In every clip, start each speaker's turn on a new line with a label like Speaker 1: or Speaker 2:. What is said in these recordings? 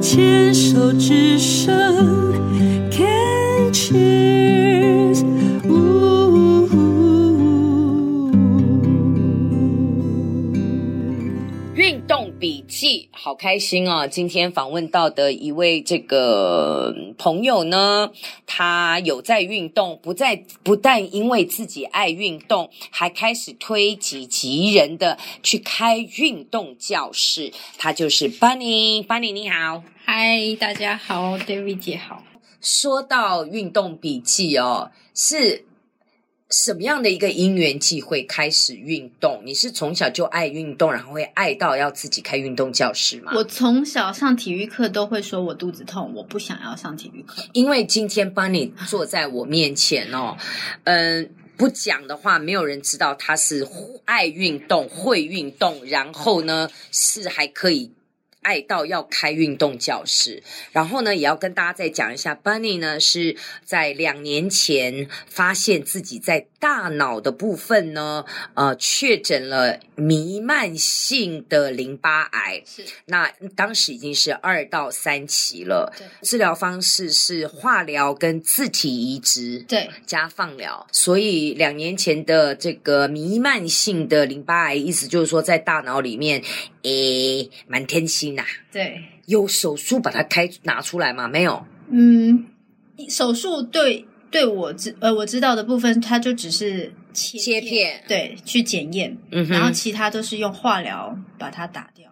Speaker 1: 牵手之声，Can cheers。
Speaker 2: 运动笔记，好开心哦！今天访问到的一位这个嗯朋友呢，他有在运动，不在不但因为自己爱运动，还开始推己及人的去开运动教室。他就是 Bunny，Bunny 你好。
Speaker 3: 嗨，大家好，David 姐好。
Speaker 2: 说到运动笔记哦，是什么样的一个因缘际会开始运动？你是从小就爱运动，然后会爱到要自己开运动教室吗？
Speaker 3: 我从小上体育课都会说我肚子痛，我不想要上体育课。
Speaker 2: 因为今天 Bunny 坐在我面前哦，嗯，不讲的话，没有人知道他是爱运动、会运动，然后呢是还可以。爱到要开运动教室，然后呢，也要跟大家再讲一下，Bunny 呢是在两年前发现自己在大脑的部分呢，呃，确诊了弥漫性的淋巴癌，
Speaker 3: 是
Speaker 2: 那当时已经是二到三期了。
Speaker 3: 对
Speaker 2: 治疗方式是化疗跟自体移植
Speaker 3: 对，
Speaker 2: 加放疗，所以两年前的这个弥漫性的淋巴癌，意思就是说在大脑里面，诶，满天星呐、
Speaker 3: 对，
Speaker 2: 有手术把它开拿出来吗？没有，
Speaker 3: 嗯，手术对对我知呃我知道的部分，它就只是切
Speaker 2: 切片
Speaker 3: 对，去检验，
Speaker 2: 嗯
Speaker 3: 然后
Speaker 2: 哼，
Speaker 3: 其他都是用化疗把它打掉，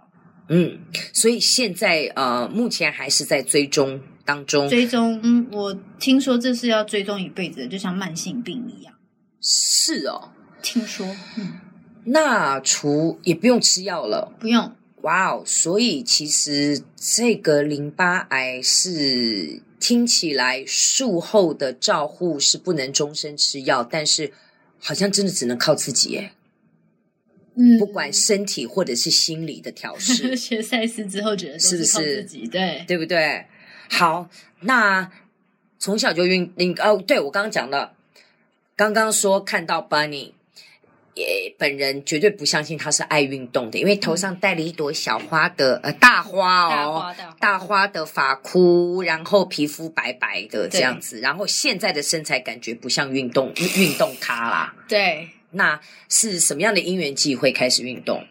Speaker 2: 嗯，所以现在呃，目前还是在追踪当中，
Speaker 3: 追踪。嗯，我听说这是要追踪一辈子的，就像慢性病一样。
Speaker 2: 是哦，
Speaker 3: 听说，嗯，
Speaker 2: 那除也不用吃药了。
Speaker 3: 不用，
Speaker 2: 哇哦！所以其实这个淋巴癌是听起来术后的照护是不能终身吃药，但是好像真的只能靠自己耶，
Speaker 3: 嗯，
Speaker 2: 不管身体或者是心理的调试，
Speaker 3: 学赛事之后，觉得都
Speaker 2: 是不
Speaker 3: 靠
Speaker 2: 是
Speaker 3: 自己对。
Speaker 2: 对不对？好，那从小就运你哦，对我刚刚讲了，刚刚说看到 Bunny。也本人绝对不相信他是爱运动的，因为头上戴了一朵小花的呃大花哦，
Speaker 3: 大
Speaker 2: 大花的发箍，然后皮肤白白的这
Speaker 3: 对
Speaker 2: 样子，然后现在的身材感觉不像运动运动咖啦。
Speaker 3: 对，
Speaker 2: 那是什么样的因缘际会开始运动？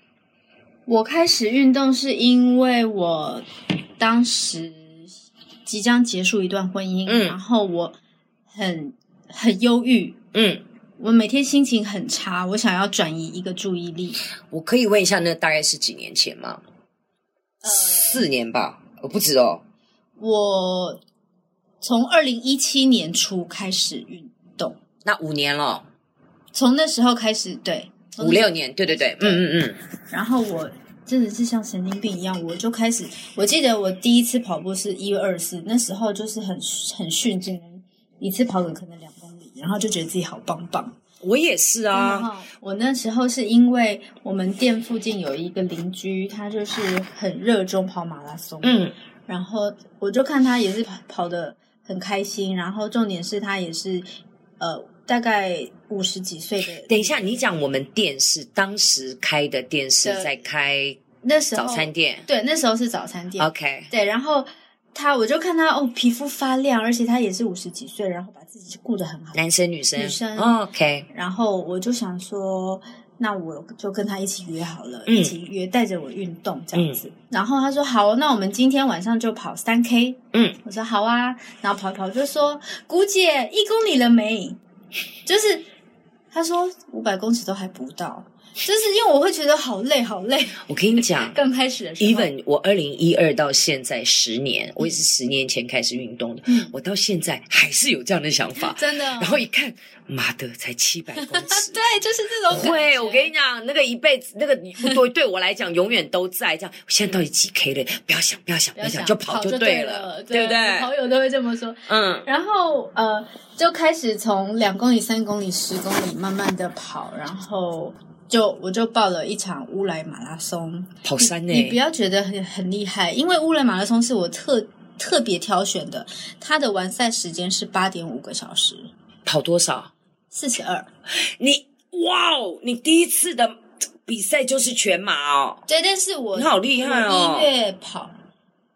Speaker 3: 我开始运动是因为我当时即将结束一段婚姻，
Speaker 2: 嗯
Speaker 3: 然后我很很忧郁，
Speaker 2: 嗯，
Speaker 3: 我每天心情很差，我想要转移一个注意力。
Speaker 2: 我可以问一下，那大概是几年前吗？
Speaker 3: 呃
Speaker 2: 四年吧，我不止哦。
Speaker 3: 我从二零一七年初开始运动，
Speaker 2: 那五年了，
Speaker 3: 从那时候开始，对，从
Speaker 2: 五
Speaker 3: 那时候
Speaker 2: 六年，对对对，嗯嗯嗯，
Speaker 3: 然后我真的是像神经病一样，我就开始，我记得我第一次跑步是一月二十四，那时候就是很很迅进，一次跑个可能两公里，然后就觉得自己好棒棒。
Speaker 2: 我也是
Speaker 3: 然
Speaker 2: 啊，
Speaker 3: 后我那时候是因为我们店附近有一个邻居，他就是很热衷跑马拉松，，
Speaker 2: 嗯，
Speaker 3: 然后我就看他也是跑跑的很开心，然后重点是他也是呃大概五十几岁的，
Speaker 2: 等一下，你讲我们店是当时开的店是
Speaker 3: 对
Speaker 2: 在开
Speaker 3: 那时候
Speaker 2: 早餐店
Speaker 3: 对，那时候是早餐店
Speaker 2: ，OK，
Speaker 3: 对，然后他我就看他哦，皮肤发亮，而且他也是五十几岁，然后把自己顾得很好。
Speaker 2: 男生女生
Speaker 3: 女生
Speaker 2: ，OK，
Speaker 3: 然后我就想说，那我就跟他一起约好了，
Speaker 2: 嗯
Speaker 3: 一起约带着我运动这样子。然后他说好，哦那我们今天晚上就跑三 K。
Speaker 2: 嗯，
Speaker 3: 我说好啊，然后跑一跑就说姑姐一公里了没？就是他说五百公尺都还不到，就是因为我会觉得好累好累。
Speaker 2: 我跟你讲，
Speaker 3: 刚开始的时候
Speaker 2: even 我二零一二到现在十年，我也是十年前开始运动的，
Speaker 3: 嗯
Speaker 2: 我到现在还是有这样的想法。
Speaker 3: 真的，哦
Speaker 2: 然后一看，妈的，才七百公尺。
Speaker 3: 对，就是这种感
Speaker 2: 会，
Speaker 3: 觉
Speaker 2: 我跟你讲，那个一辈子，那个你对对我来讲，永远都在这样。我现在到底几 K 了？不要想，不要想，不
Speaker 3: 不
Speaker 2: 要
Speaker 3: 要想
Speaker 2: 哎想，就跑就
Speaker 3: 对
Speaker 2: 了，
Speaker 3: 对
Speaker 2: 对不对？
Speaker 3: 好友都会这么说。
Speaker 2: 嗯，
Speaker 3: 然后呃，就开始从两公里、三公里、十公里慢慢的跑，然后就我就报了一场乌来马拉松。
Speaker 2: 跑山呢、
Speaker 3: 你不要觉得很很厉害，因为乌来马拉松是我特特别挑选的，它的完赛时间是八点五个小时，
Speaker 2: 跑多少？
Speaker 3: 四十二。
Speaker 2: 你哇哦，你第一次的比赛就是全马哦，
Speaker 3: 对，但是我
Speaker 2: 你好厉害哦
Speaker 3: 我一月跑，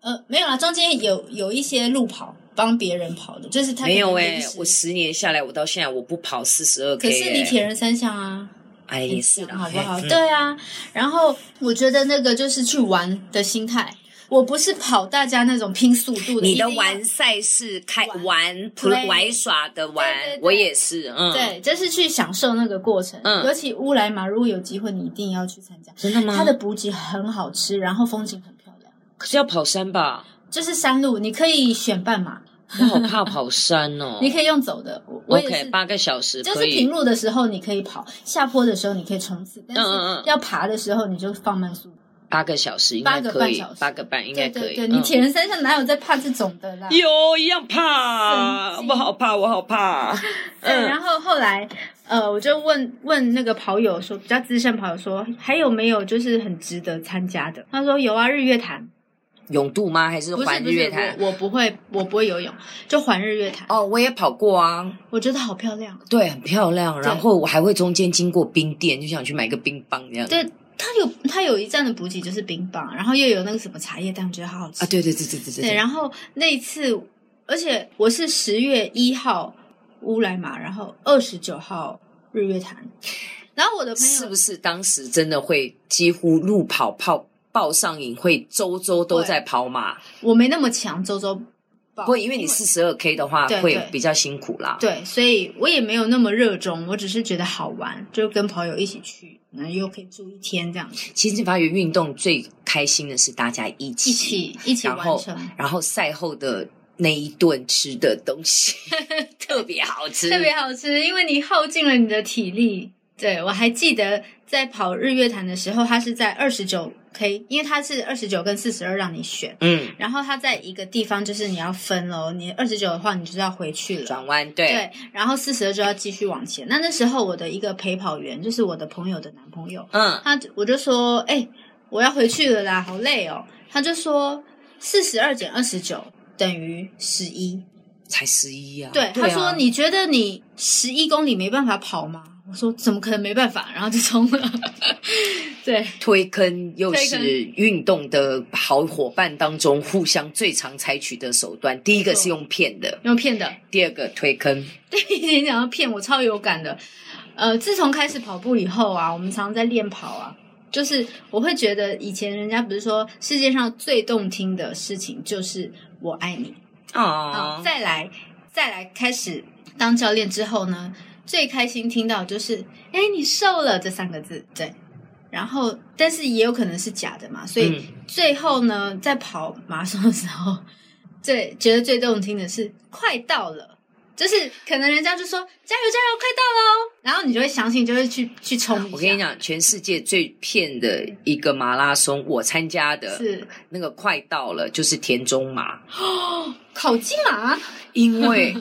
Speaker 3: 呃，没有啦，中间有有一些路跑帮别人跑的，就是他可能
Speaker 2: 没有哎、
Speaker 3: 临时
Speaker 2: 我十年下来，我到现在我不跑四十二 K，欸
Speaker 3: 可是你铁人三项啊，
Speaker 2: 哎
Speaker 3: 很
Speaker 2: 也是啦
Speaker 3: 强好不好？
Speaker 2: 嘿嗯
Speaker 3: 对啊，然后我觉得那个就是去玩的心态，我不是跑大家那种拼速度的，
Speaker 2: 你的
Speaker 3: 一定要
Speaker 2: 玩赛是开
Speaker 3: 玩
Speaker 2: 玩
Speaker 3: 对
Speaker 2: 玩耍的
Speaker 3: 对对
Speaker 2: 玩
Speaker 3: 对，
Speaker 2: 我也是，嗯，，
Speaker 3: 对，就是去享受那个过程。
Speaker 2: 嗯
Speaker 3: 尤其乌来马，如果有机会，你一定要去参加。
Speaker 2: 真的吗？
Speaker 3: 它的补给很好吃，然后风景很漂亮，
Speaker 2: 可是要跑山吧，
Speaker 3: 就是山路，你可以选半马，。
Speaker 2: 我好怕跑山哦
Speaker 3: 你可以用走的。我我也是
Speaker 2: OK，八个小时
Speaker 3: 就
Speaker 2: 可
Speaker 3: 是
Speaker 2: 以
Speaker 3: 平，路的时候你可以跑，下坡的时候你可以冲刺，
Speaker 2: 嗯
Speaker 3: 但是
Speaker 2: 嗯
Speaker 3: 要爬的时候你就放慢速度。
Speaker 2: 八个小时应该
Speaker 3: 八个
Speaker 2: 可
Speaker 3: 半
Speaker 2: 以
Speaker 3: 小时，
Speaker 2: 八个半应该
Speaker 3: 对
Speaker 2: 可以。
Speaker 3: 对对，你
Speaker 2: 嗯
Speaker 3: 铁人三项哪有在怕这种的啦？
Speaker 2: 有一样怕，
Speaker 3: 神经
Speaker 2: 我好怕，我好 怕。
Speaker 3: 对，
Speaker 2: 嗯
Speaker 3: 然后后来，呃，我就问问那个跑友说，比较资深跑友说，还有没有就是很值得参加的？他说有啊，日月潭，
Speaker 2: 永渡吗？还是
Speaker 3: 不是
Speaker 2: 环
Speaker 3: 不
Speaker 2: 日
Speaker 3: 是
Speaker 2: 月潭？
Speaker 3: 我我不会，我不会游泳，就环日月潭，
Speaker 2: 哦，我也跑过啊，
Speaker 3: 我觉得好漂亮。哦
Speaker 2: 对，很漂亮。然后我还会中间经过冰店，就想去买个冰棒这样。
Speaker 3: 对，它有它有一站的补给就是冰棒，然后又有那个什么茶叶蛋，我觉得好好吃。
Speaker 2: 啊，对对对对对
Speaker 3: 对，然后那一次，而且我是十月一号乌来马，然后二十九号日月潭，然后我的朋友
Speaker 2: 是不是当时真的会几乎路跑跑报上瘾，会周周都在跑马？
Speaker 3: 我没那么强，周周报
Speaker 2: 不过因为你四十二 K 的话
Speaker 3: 对，
Speaker 2: 会
Speaker 3: 对
Speaker 2: 比较辛苦啦。
Speaker 3: 对，所以我也没有那么热衷，我只是觉得好玩，就跟朋友一起去，然后又可以住一天这样子，
Speaker 2: 其实你发觉运动最开心的是大家一起，
Speaker 3: 一起一起
Speaker 2: 然
Speaker 3: 完
Speaker 2: 后
Speaker 3: 成，
Speaker 2: 然后赛后的那一顿吃的东 西特别好吃，
Speaker 3: 特别好吃，因为你耗尽了你的体力。对，我还记得在跑日月潭的时候，它是在二十九 K，因为它是二十九跟四十二让你选，
Speaker 2: 嗯，
Speaker 3: 然后它在一个地方就是你要分喽，你二十九的话你就是要回去了，
Speaker 2: 转弯对。
Speaker 3: 对，然后四十二就要继续往前。那那时候我的一个陪跑员就是我的朋友的男朋友，
Speaker 2: 嗯，
Speaker 3: 他就我就说，哎、我要回去了啦，好累哦。他就说，四十二减二十九等于十一。
Speaker 2: 才十一啊！
Speaker 3: 对，他
Speaker 2: 啊
Speaker 3: 说你觉得你十一公里没办法跑吗？我说怎么可能没办法，然后就冲了。 对，
Speaker 2: 推坑又
Speaker 3: 推坑
Speaker 2: 是运动的好伙伴当中互相最常采取的手段。第一个是用骗的，
Speaker 3: 用骗的，
Speaker 2: 第二个推坑。
Speaker 3: 对，你讲到骗我超有感的。呃，自从开始跑步以后啊，我们常常在练跑啊，就是我会觉得以前人家不是说世界上最动听的事情就是我爱你。好，
Speaker 2: 哦，
Speaker 3: 再来，再来开始当教练之后呢，最开心听到就是“哎，你瘦了”这三个字，对。然后，但是也有可能是假的嘛，所以
Speaker 2: 嗯，
Speaker 3: 最后呢，在跑马拉松的时候，最觉得最动听的是“快到了”，就是可能人家就说“加油加油，快到喽”，然后你就会相信，就会去去冲一下。
Speaker 2: 我跟你，讲，全世界最骗的一个马拉松，我参加的
Speaker 3: 是
Speaker 2: 那个快到了，就是田中马，
Speaker 3: 烤鸡马，
Speaker 2: 因为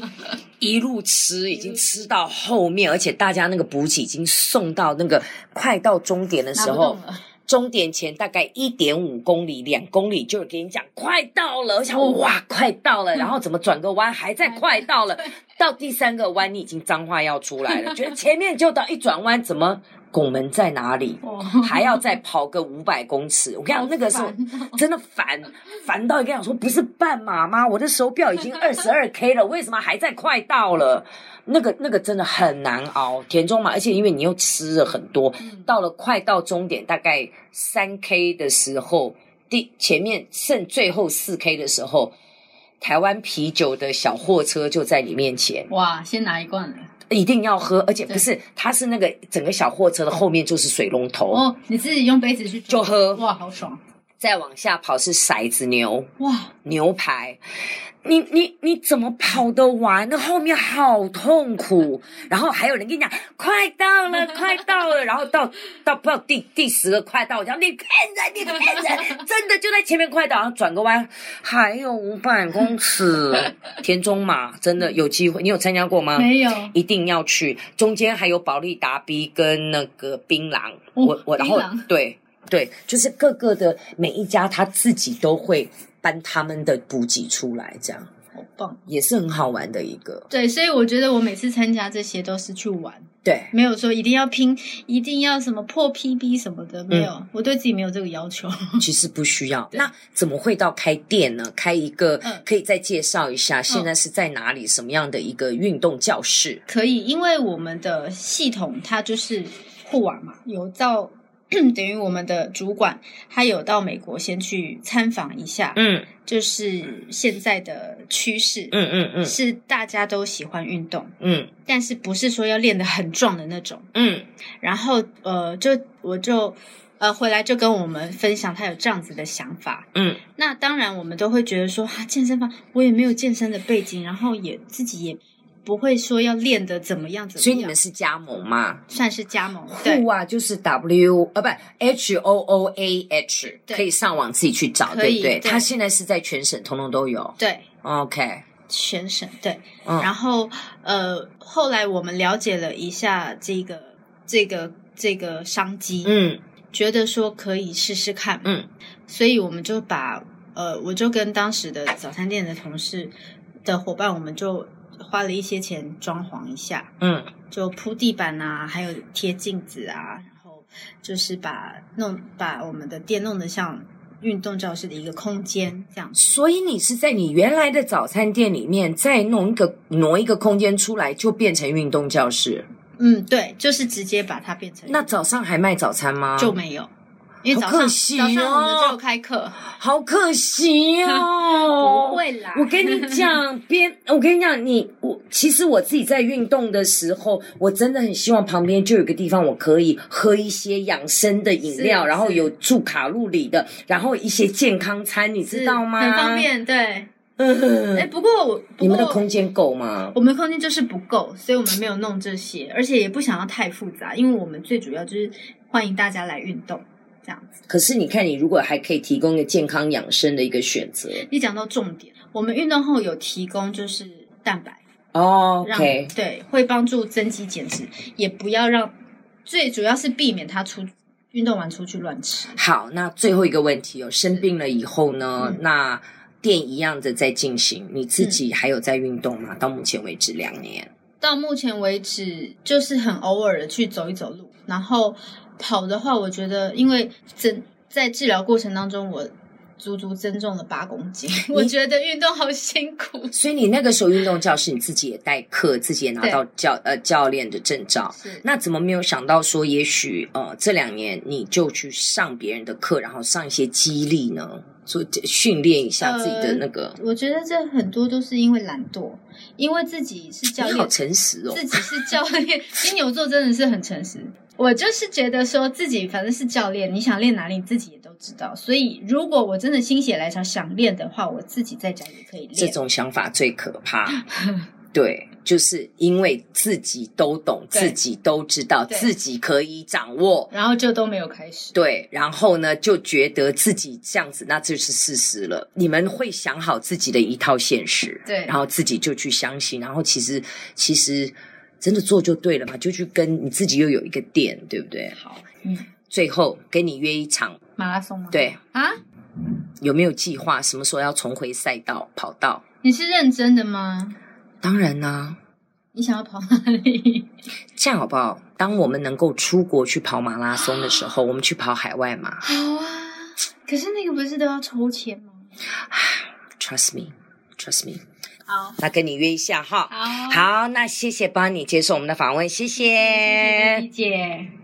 Speaker 2: 一路吃已经吃到后面，而且大家那个补给已经送到那个快到终点的时
Speaker 3: 拿不动
Speaker 2: 候，
Speaker 3: 了
Speaker 2: 终点前大概一点五公里、两公里就有跟你讲快到了，我想哇快到了，然后怎么转个弯还在快到了，到第三个弯你已经脏话要出来了，觉得前面就到一转弯怎么拱门在哪里？
Speaker 3: 哦，
Speaker 2: 还要再跑个五百公尺，我跟你讲，那个时候 真的烦，烦到一个想说，不是半马吗？我的手表已经二十二 K 了，为什么还在快到了？那个那个真的很难熬，田中马，而且因为你又吃了很多，到了快到终点大概三 K 的时候，第前面剩最后四 K 的时候。台湾啤酒的小货车就在你面前，
Speaker 3: 哇，先拿一罐了。
Speaker 2: 一定要喝，而且
Speaker 3: 对
Speaker 2: 不是，它是那个整个小货车的后面就是水龙头，
Speaker 3: 哦，你自己用杯子去
Speaker 2: 就
Speaker 3: 装
Speaker 2: 喝
Speaker 3: 哇，好爽！
Speaker 2: 再往下跑是骰子牛、
Speaker 3: 哇，
Speaker 2: 牛排，你你你怎么跑得完？那后面好痛苦。然后还有人跟你讲快到了，快到了，然后到到不知道第第十个快到，我讲你骗人，你骗人，真的就在前面快到，然后转个弯还有五百公尺，田中马真的有机会，你有参加过吗？
Speaker 3: 没有，
Speaker 2: 一定要去，中间还有保利达 B 跟那个槟榔，
Speaker 3: 哦
Speaker 2: 我我然后
Speaker 3: 槟榔
Speaker 2: 对对，就是各个的每一家他自己都会搬他们的补给出来，这样
Speaker 3: 好棒。
Speaker 2: 也是很好玩的一个。
Speaker 3: 对，所以我觉得我每次参加这些都是去玩，
Speaker 2: 对，
Speaker 3: 没有说一定要拼，一定要什么破 PB 什么的，没有，
Speaker 2: 嗯
Speaker 3: 我对自己没有这个要求。
Speaker 2: 其实不需要。
Speaker 3: 嗯对
Speaker 2: 那怎么会到开店呢？开一个
Speaker 3: 嗯
Speaker 2: 可以再介绍一下，现在是在哪里，什么样的一个运动教室？
Speaker 3: 可以，因为我们的系统它就是护网嘛，有到 等于我们的主管他有到美国先去参访一下，
Speaker 2: 嗯
Speaker 3: 就是现在的趋势，
Speaker 2: 嗯嗯嗯
Speaker 3: 是大家都喜欢运动，
Speaker 2: 嗯
Speaker 3: 但是不是说要练得很壮的那种。
Speaker 2: 嗯
Speaker 3: 然后呃，就我就呃回来就跟我们分享他有这样子的想法。
Speaker 2: 嗯
Speaker 3: 那当然，我们都会觉得说啊，健身房我也没有健身的背景，然后也自己也不会说要练得怎么样怎么样。
Speaker 2: 所以你们是加盟嘛？
Speaker 3: 算是加盟，对
Speaker 2: 户，啊，就是 W 啊，不 H O O A H，
Speaker 3: 对
Speaker 2: 可以上网自己去找，
Speaker 3: 可
Speaker 2: 对
Speaker 3: 以
Speaker 2: 不对？
Speaker 3: 对
Speaker 2: 他现在是在全省通通都有。
Speaker 3: 对，
Speaker 2: OK，
Speaker 3: 全省对。
Speaker 2: 嗯
Speaker 3: 然后呃，后来我们了解了一下这个这个这个商机，
Speaker 2: 嗯
Speaker 3: 觉得说可以试试看，
Speaker 2: 嗯，
Speaker 3: 所以我们就把呃，我就跟当时的早餐店的同事的伙伴，我们就花了一些钱装潢一下，
Speaker 2: 嗯
Speaker 3: 就铺地板啊，还有贴镜子啊，然后就是把弄把我们的店弄得像运动教室的一个空间这样子。
Speaker 2: 所以你是在你原来的早餐店里面再弄一个挪一个空间出来，就变成运动教室。
Speaker 3: 嗯，对，就是直接把它变成
Speaker 2: 那早上还卖早餐吗？
Speaker 3: 就没有。因为早
Speaker 2: 好
Speaker 3: 上、
Speaker 2: 可惜
Speaker 3: 早上我们
Speaker 2: 哦
Speaker 3: 就有开课，
Speaker 2: 好可惜哦。
Speaker 3: 不会啦，
Speaker 2: 我跟你讲，边我跟你讲，你我其实我自己在运动的时候，我真的很希望旁边就有一个地方，我可以喝一些养生的饮料，
Speaker 3: 是
Speaker 2: 然后
Speaker 3: 是
Speaker 2: 有助卡路里的，然后一些健康餐，你知道吗？
Speaker 3: 很方。 便，对。哎、
Speaker 2: 嗯，
Speaker 3: 不过我不
Speaker 2: 你们的
Speaker 3: 过
Speaker 2: 空间够吗？
Speaker 3: 我们空间就是不够，所以我们没有弄这些，而且也不想要太复杂，因为我们最主要就是欢迎大家来运动，这样子。
Speaker 2: 可是你看，你如果还可以提供一个健康养生的一个选择
Speaker 3: 你讲到重点，我们运动后有提供就是蛋白，
Speaker 2: 哦
Speaker 3: 让
Speaker 2: ，OK，
Speaker 3: 对会帮助增肌减脂，也不要让，最主要是避免它出运动完出去乱吃。
Speaker 2: 好，那最后一个问题哦，生病了以后呢，
Speaker 3: 嗯
Speaker 2: 那店一样的在进行，你自己还有在运动吗？到目前为止两年，
Speaker 3: 到目前为止，就是很偶尔的去走一走路，然后跑的话，我觉得因为整在治疗过程当中，我足足增重了八公斤，我觉得运动好辛 苦。
Speaker 2: 所以你那个时候运动教室你自己也代课，自己也拿
Speaker 3: 对
Speaker 2: 到教呃教练的证照。
Speaker 3: 是
Speaker 2: 那怎么没有想到说，也许呃这两年你就去上别人的课，然后上一些激励呢，做训练一下自己的那个。
Speaker 3: 我觉得这很多都是因为懒惰，因为自己是呃教
Speaker 2: 你好
Speaker 3: 练，
Speaker 2: 诚实哦
Speaker 3: 自，己是教练，金牛座真的是很诚实。我就是觉得说自己反正是教练，你想练哪里自己也都知道，所以如果我真的心血来潮想练的话，我自己在家也可以练。
Speaker 2: 这种想法最可 怕。对，就是因为自己都懂，
Speaker 3: 对
Speaker 2: 自己都知道，
Speaker 3: 对
Speaker 2: 自己可以掌握。
Speaker 3: 然后就都没有开始。
Speaker 2: 对，然后呢，就觉得自己这样子，那就是事实了。你们会想好自己的一套现实，
Speaker 3: 对
Speaker 2: 然后自己就去相信，然后其实其实真的做就对了嘛，就去跟你自己又有一个店，对不对？
Speaker 3: 好，嗯，
Speaker 2: 最后跟你约一场，
Speaker 3: 马拉松吗？
Speaker 2: 对，
Speaker 3: 啊，
Speaker 2: 有没有计划？什么时候要重回赛道跑道？
Speaker 3: 你是认真的吗？
Speaker 2: 当然啦、
Speaker 3: 你想要跑哪里？
Speaker 2: 这样好不好？当我们能够出国去跑马拉松的时候，我们去跑海外嘛
Speaker 3: 好啊，可是那个不是都要抽签吗？
Speaker 2: ？Trust me，Trust me。
Speaker 3: 好，
Speaker 2: 那跟你约一下哈。
Speaker 3: 好，
Speaker 2: 嗯好，那谢谢帮你接受我们的访问，谢谢。
Speaker 3: 谢谢，理姐。